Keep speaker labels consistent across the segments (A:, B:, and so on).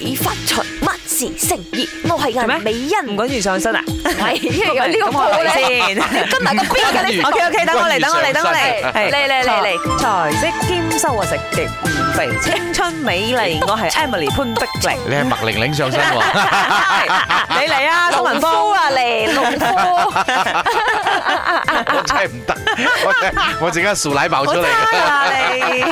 A: 喜發財，萬事勝意。我係
B: 係咩
A: 人美
B: 唔
A: 人，
B: 趕住上身啊？
A: 係因為有呢個
B: 咁我
A: 鋪
B: 嚟
A: 咧。
B: 先。
A: 今日個邊 嘅你
B: O K O K，等我嚟，等我嚟，等我嚟，
A: 嚟嚟嚟嚟，
B: 財色兼收啊，食極唔肥，青春美麗，我係 Emily 潘碧玲。
C: 你係麥玲玲上 身喎，
B: 你嚟啊，蘇文
A: 農夫
B: 峰，
A: 啊你，農夫，
C: 我真係唔得，我真係我陣間薯奶爆
B: 好
C: 出嚟
B: 渣。 啊你！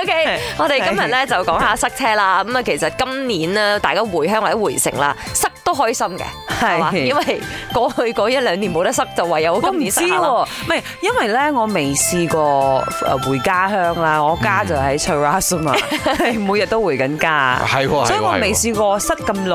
A: OK，我哋今日咧就講下塞車啦。咁啊，其實今年咧，大家回鄉或者回城啦，塞都開心嘅，係嘛？
B: 係
A: 因為過去嗰一兩年冇得塞，就唯有
B: 我
A: 今
B: 唔
A: 年
B: 知
A: 塞下啦
B: 喎，嗯唔係因為咧，我未試過誒回家鄉啦，我家就喺 Cheras 啊嘛，每日都回緊家，
C: 係喎
B: 所以我
C: 係喎嗯
B: 未試過塞咁耐，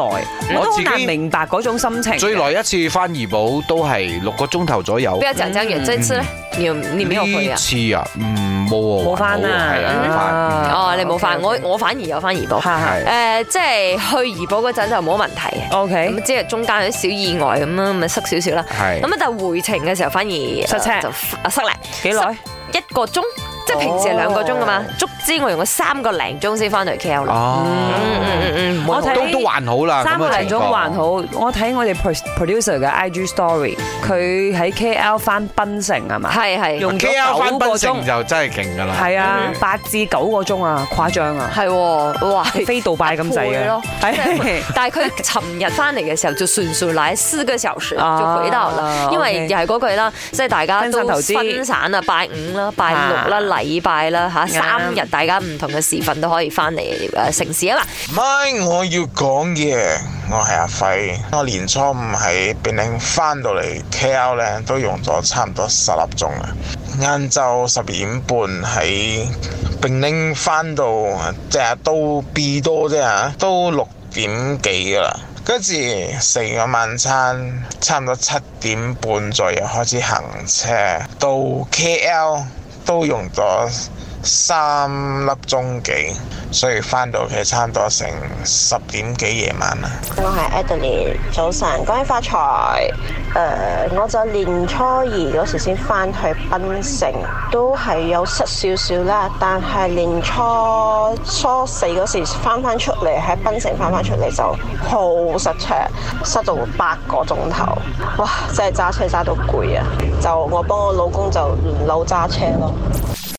B: 我都好難明白嗰種心情。
C: 最耐一次翻怡保都係六個鐘頭左右
A: 不。要講講遠，這次咧，你有你沒有回
C: 呢
A: 啊？
C: 次啊，嗯冇喎，
B: 冇翻啊
C: 係啊，冇翻。
B: 啊
A: 哦，你冇翻，我
B: OK，OK
A: 我反而有翻怡保。
B: 係係
A: 誒，即係去怡保嗰陣就冇問題嘅。
B: O K
A: 咁。即係中間有啲小意外咁樣，咪塞少少啦。
C: 係
A: 咁啊，但係回程嘅時候反而
B: 塞車
A: 呃就啊塞咧
B: 幾耐？
A: 一個鐘，即係平時係兩個鐘噶嘛
B: 哦。啊
A: 足之我用咗三個零鐘先翻到嚟 K L 啦。
C: À.
A: 嗯嗯嗯
C: 哦，
A: 嗯，
B: 我
A: 冇
B: 睇
C: 都都還好啦，
B: 三
C: 啊咁
B: 個
C: 嘅
B: 零
C: 情
B: 鐘
C: 況
B: 還好，。我睇我哋 pro- producer 嘅 IG story，佢喺 KL 翻檳城啊係嘛？
A: 係係
B: 用咗
C: K L 翻
B: 九個
C: 檳城
B: 鐘，
C: 就真係勁㗎啦。
B: 係啊
A: 嗯，
B: 八至九個鐘啊，誇張啊，
A: 係喎，哇！
B: 飛杜拜咁
A: 一倍
B: 滯
A: 咯
B: 啊！係
A: 但係佢尋日翻嚟嘅時候就順順奶四個小時就
B: 啊
A: 回到啦，因為
B: OK
A: 又係嗰句啦，即係大家
B: 分
A: 都
B: 散投資啊
A: 分散啊，拜五啦、拜六啦、禮拜啦嚇三日，大家唔同嘅時份都可以翻嚟誒城市啊嘛。
D: 咪，我要講嘢，我係阿輝。我年初五喺邊寧翻到嚟 KL 咧，都用咗差唔多十粒鐘啊。晏晝十二點半喺邊寧翻到，即係都 B 多啫嚇，都六點幾噶啦。跟住食完個晚餐，差唔多七點半左右開始行車到 KL，都用咗三粒鐘幾，所以翻到屋企差唔多成十點幾夜晚啦。
E: 我係 Adeline，早晨，恭喜發財。誒、我就年初二嗰時先翻去檳城，都係有塞少少啦，但係年初初四嗰時翻翻出嚟，喺檳城翻翻出嚟就好塞車，塞到八個鐘頭，哇！真係揸車揸到攰啊！就我幫我老公就輪流揸車咯。